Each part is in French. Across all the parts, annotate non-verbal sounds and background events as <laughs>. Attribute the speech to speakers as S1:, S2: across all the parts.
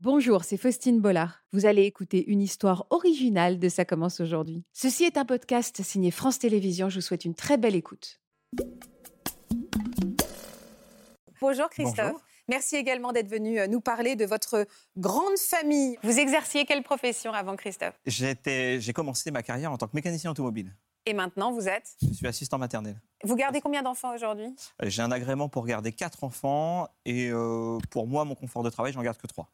S1: Bonjour, c'est Faustine Bollard. Vous allez écouter une histoire originale de Ça commence aujourd'hui. Ceci est un podcast signé France Télévisions. Je vous souhaite une très belle écoute.
S2: Bonjour Christophe.
S3: Bonjour.
S2: Merci également d'être venu euh, nous parler de votre grande famille. Vous exerciez quelle profession avant Christophe
S3: J'étais- J'ai commencé ma carrière en tant que mécanicien automobile.
S2: Et maintenant, vous êtes
S3: Je suis assistant maternel.
S2: Vous gardez combien d'enfants aujourd'hui
S3: Euh, J'ai un agrément pour garder quatre enfants et euh, pour moi, mon confort de travail, j'en garde que trois.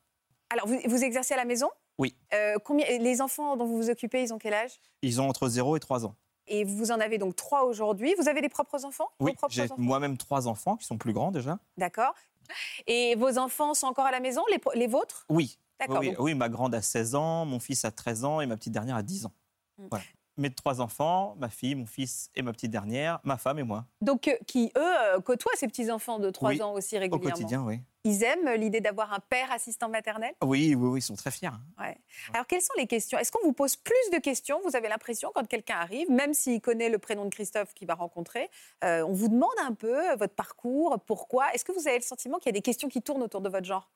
S2: Alors, vous, vous exercez à la maison
S3: Oui.
S2: Euh, combien, les enfants dont vous vous occupez, ils ont quel âge
S3: Ils ont entre 0 et 3 ans.
S2: Et vous en avez donc trois aujourd'hui. Vous avez des propres enfants Vos
S3: Oui,
S2: propres
S3: j'ai
S2: enfants
S3: moi-même trois enfants qui sont plus grands déjà.
S2: D'accord. Et vos enfants sont encore à la maison, les, pro- les vôtres
S3: Oui,
S2: D'accord.
S3: oui,
S2: donc-
S3: oui, ma grande a 16 ans, mon fils a 13 ans et ma petite dernière a 10 ans.
S2: Mm.
S3: Voilà. Mes trois enfants, ma fille, mon fils et ma petite dernière, ma femme et moi,
S2: Donc, euh, qui, eux, euh, côtoient ces petits-enfants de 3
S3: Oui,
S2: ans aussi
S3: au
S2: régulièrement.
S3: quotidien, oui.
S2: Ils aiment l'idée d'avoir un père assistant maternel
S3: Oui, oui, oui, ils sont très fiers.
S2: Alors, quelles sont les questions Est-ce qu'on vous pose plus de questions Vous avez l'impression, quand quelqu'un arrive, même s'il connaît le prénom de Christophe qu'il va rencontrer, euh, on vous demande un peu euh, votre parcours, pourquoi Est-ce que vous avez le sentiment qu'il y a des questions qui tournent autour de votre genre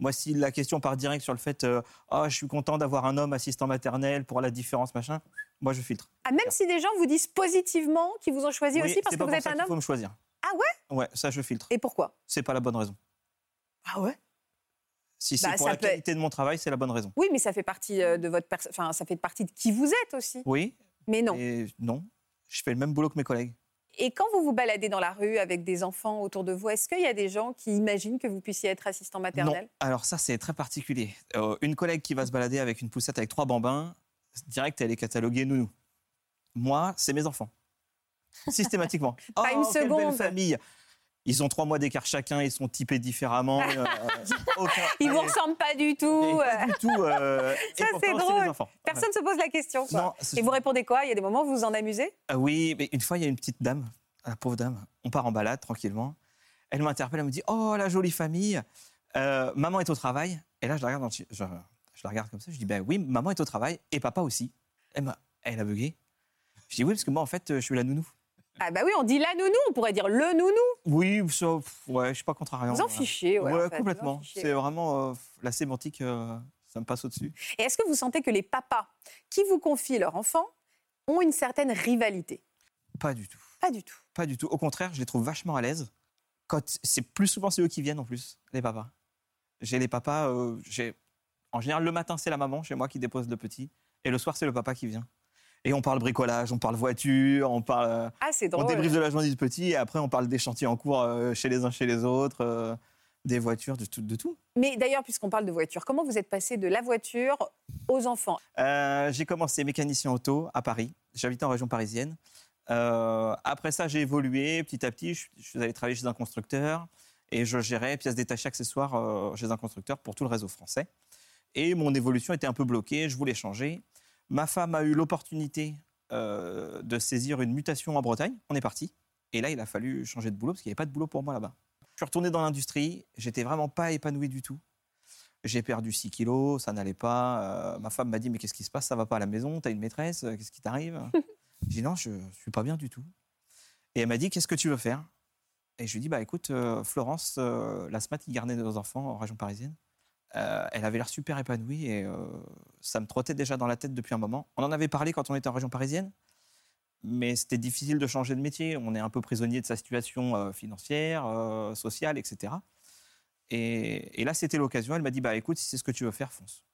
S3: Moi, si la question part direct sur le fait, euh, Ah, je suis content d'avoir un homme assistant maternel pour la différence, machin, moi je filtre.
S2: ah, Même si des gens vous disent positivement qu'ils vous ont choisi
S3: Oui,
S2: aussi parce
S3: c'est
S2: que
S3: pas
S2: vous
S3: pour
S2: êtes
S3: ça
S2: un
S3: qu'il
S2: homme
S3: faut me choisir.
S2: Ah
S3: ouais Ouais, ça je filtre.
S2: Et pourquoi
S3: C'est pas la bonne raison.
S2: Ah ouais
S3: Si c'est
S2: Bah,
S3: pour
S2: ça
S3: la
S2: peut être-
S3: qualité de mon travail, c'est la bonne raison.
S2: Oui, mais ça fait partie euh, de votre perso- enfin, ça fait partie de qui vous êtes aussi.
S3: Oui,
S2: Mais non.
S3: et non. Je fais le même boulot que mes collègues.
S2: Et quand vous vous baladez dans la rue avec des enfants autour de vous, est-ce qu'il y a des gens qui imaginent que vous puissiez être assistant maternel
S3: Non. Alors ça, c'est très particulier. Euh, une collègue qui va se balader avec une poussette avec trois bambins, direct, elle est cataloguée nounou. Moi, c'est mes enfants. Systématiquement.
S2: <laughs> Pas
S3: Oh,
S2: une
S3: quelle belle
S2: seconde.
S3: famille. Ils ont trois mois d'écart chacun, ils sont typés
S2: <laughs>
S3: différemment. euh, aucun-
S2: Ils vous
S3: Et-
S2: ressemblent pas du
S3: et
S2: tout. euh.
S3: pas du tout. euh,
S2: <laughs>
S3: et
S2: Ça, c'est
S3: pourtant,
S2: drôle.
S3: mes enfants.
S2: Personne ne se pose la question. Quoi.
S3: Non, c'est-
S2: Et vous répondez quoi Il y a des moments où vous vous en amusez
S3: Ah oui, mais une fois, il y a une petite dame, la pauvre dame. On part en balade tranquillement. Elle m'interpelle, elle me dit Oh, la jolie famille Euh, Maman est au travail. Et là, je la regarde, dans le chi- je, je la regarde comme ça. Je dis Ben oui, maman est au travail et papa aussi. Elle, m'a- elle a bugué. Je dis Oui, parce que moi, en fait, euh, je suis la nounou.
S2: Ah bah oui, on dit la nounou, on pourrait dire le nounou.
S3: Oui, ça, pff, ouais, je suis pas contrariant.
S2: Vous en
S3: Ah, voilà.
S2: fichez. ouais,
S3: Ouais,
S2: en fait, vous en
S3: complètement.
S2: fichez.
S3: C'est vraiment euh, la sémantique, euh, ça me passe au-dessus.
S2: Et est-ce que vous sentez que les papas qui vous confient leur enfant ont une certaine rivalité
S3: Pas du tout.
S2: Pas du tout.
S3: Pas du tout. Au contraire, je les trouve vachement à l'aise. Quand c'est plus souvent c'est eux qui viennent en plus, les papas. J'ai les papas. euh, j'ai en général le matin c'est la maman chez moi qui dépose le petit et le soir c'est le papa qui vient. Et on parle bricolage, on parle voiture, on parle, euh,
S2: Ah, c'est
S3: on
S2: drôle.
S3: débriefe de la journée du petit et après on parle des chantiers en cours euh, chez les uns chez les autres, euh, des voitures, de tout, de tout.
S2: Mais d'ailleurs, puisqu'on parle de voiture, comment vous êtes passé de la voiture aux enfants
S3: Euh, j'ai commencé mécanicien auto à Paris. J'habitais en région parisienne. Euh, après ça, j'ai évolué petit à petit. Je, je suis allé travailler chez un constructeur et je gérais pièces détachées, accessoires euh, chez un constructeur pour tout le réseau français. Et mon évolution était un peu bloquée. Je voulais changer. Ma femme a eu l'opportunité euh, de saisir une mutation en Bretagne. On est parti. Et là, il a fallu changer de boulot parce qu'il n'y avait pas de boulot pour moi là-bas. Je suis retourné dans l'industrie. J'étais vraiment pas épanoui du tout. J'ai perdu 6 kilos, ça n'allait pas. Euh, ma femme m'a dit Mais qu'est-ce qui se passe Ça va pas à la maison T'as une maîtresse Euh, Qu'est-ce qui t'arrive J'ai dit Non, je suis pas bien du tout. Et elle m'a dit Qu'est-ce que tu veux faire Et je lui ai dit Bah écoute, euh, Florence, euh, la SMAT qui gardait nos enfants en région parisienne, euh, elle avait l'air super épanouie et euh, ça me trottait déjà dans la tête depuis un moment. On en avait parlé quand on était en région parisienne, mais c'était difficile de changer de métier. On est un peu prisonnier de sa situation euh, financière, euh, sociale, etc. Et, et là, c'était l'occasion. Elle m'a dit bah écoute, si c'est ce que tu veux faire, fonce.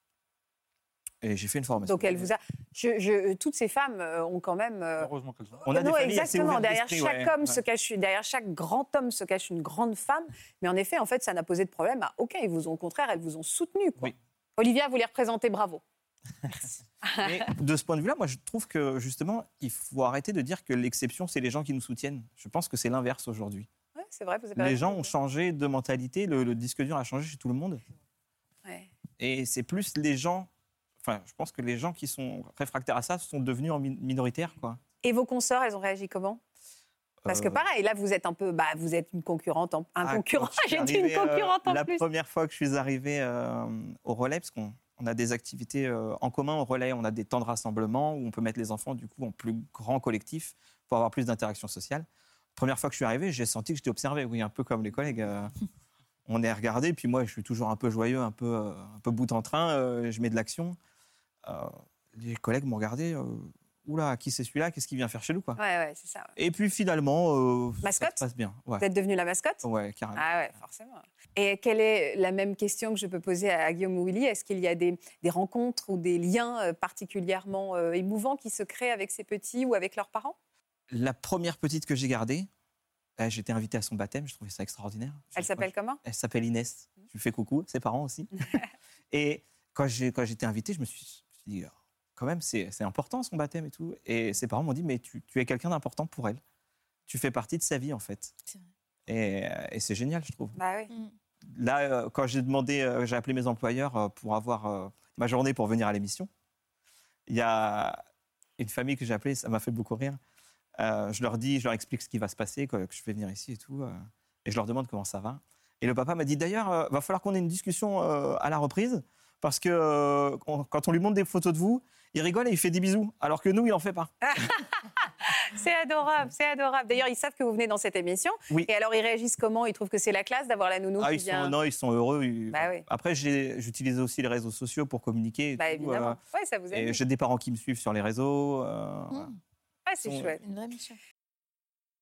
S3: Et j'ai fait une formation.
S2: Donc, elle vous a. je- je- Toutes ces femmes euh, ont quand même. euh,
S4: Heureusement qu'elles sont.
S3: On a des
S2: non,
S3: familles assez
S2: exactement.
S3: ouvertes
S2: Derrière
S3: d'esprit,
S2: chaque
S3: ouais.
S2: homme
S3: Ouais.
S2: se cache, derrière chaque grand homme se cache une grande femme. Mais en effet, en fait, ça n'a posé de problème à aucun. Ils vous ont, au contraire, elles vous ont soutenu. quoi.
S3: Oui.
S2: Olivia, vous les représentez, bravo. <laughs>
S3: Mais de ce point de vue-là, moi, je trouve que justement, il faut arrêter de dire que l'exception, c'est les gens qui nous soutiennent. Je pense que c'est l'inverse aujourd'hui.
S2: Ouais, c'est vrai, vous avez
S3: Les
S2: raison.
S3: gens ont changé de mentalité, le, le disque dur a changé chez tout le monde.
S2: Ouais.
S3: Et c'est plus les gens. Enfin, je pense que les gens qui sont réfractaires à ça sont devenus en mi- minoritaires, quoi.
S2: Et vos consorts, elles ont réagi comment Parce que
S3: Euh,
S2: pareil, là, vous êtes un peu. Bah, vous êtes une concurrente. En, un
S3: Ah,
S2: concurrent. <laughs>
S3: quand je suis
S2: J'ai dit une
S3: arrivé, euh,
S2: concurrente en
S3: La
S2: plus.
S3: première fois que je suis arrivé euh, au relais, parce qu'on on a des activités euh, en commun au relais, on a des temps de rassemblement où on peut mettre les enfants du coup en plus grand collectif pour avoir plus d'interaction sociale. Première fois que je suis arrivé, j'ai senti que j'étais observé, oui, un peu comme les collègues. euh, on est regardé. Puis moi, je suis toujours un peu joyeux, un peu, euh, un peu bout en train. euh, je mets de l'action. Euh, les collègues m'ont regardé. euh, Oula, qui c'est celui-là Qu'est-ce qu'il vient faire chez nous quoi
S2: Ouais, ouais, c'est ça.
S3: Et puis finalement, euh, ça
S2: Mascotte
S3: se passe bien.
S2: Vous
S3: Ouais,
S2: êtes devenue la mascotte
S3: ouais carrément.
S2: Ah ouais, forcément. Et quelle est la même question que je peux poser à Guillaume Willy Est-ce qu'il y a des, des rencontres ou des liens euh, particulièrement euh, émouvants qui se créent avec ces petits ou avec leurs parents
S3: La première petite que j'ai gardée, euh, j'étais invité à son baptême. Je trouvais ça extraordinaire. Je
S2: Elle
S3: sais pas,
S2: s'appelle comment
S3: Elle s'appelle Inès. Je lui fais coucou, ses parents aussi. et quand j'ai- quand j'étais invité, je me suis, je me suis dit, Oh, quand même, c'est c'est important son baptême et tout. Et ses parents m'ont dit, mais tu, tu es quelqu'un d'important pour elle. Tu fais partie de sa vie, en fait.
S4: C'est vrai.
S3: Et, euh, et c'est génial, je trouve.
S2: Bah oui.
S3: Là, euh, quand j'ai demandé, euh, j'ai appelé mes employeurs euh, pour avoir euh, ma journée pour venir à l'émission, il y a une famille que j'ai appelée, ça m'a fait beaucoup rire. Euh, je leur dis, je leur explique ce qui va se passer, quoi, que je vais venir ici et tout, euh, et je leur demande comment ça va. Et le papa m'a dit d'ailleurs, euh, va falloir qu'on ait une discussion euh, à la reprise, parce que euh, on- quand on lui montre des photos de vous, il rigole et il fait des bisous, alors que nous, il en fait pas.
S2: C'est adorable, c'est adorable. D'ailleurs, ils savent que vous venez dans cette émission.
S3: Oui.
S2: Et alors, ils réagissent comment Ils trouvent que c'est la classe d'avoir la nounou
S3: Ah,
S2: qui
S3: ils
S2: vient.
S3: sont, non, ils sont heureux. ils-
S2: Bah oui.
S3: Après, j'ai- j'utilise aussi les réseaux sociaux pour communiquer. et
S2: Bah
S3: tout,
S2: évidemment.
S3: euh,
S2: Ouais, ça vous
S3: Et
S2: aide.
S3: J'ai des parents qui me suivent sur les réseaux. euh,
S4: Mm.
S3: voilà.
S2: Ah, c'est
S3: sont-
S2: chouette.
S4: Une vraie mission.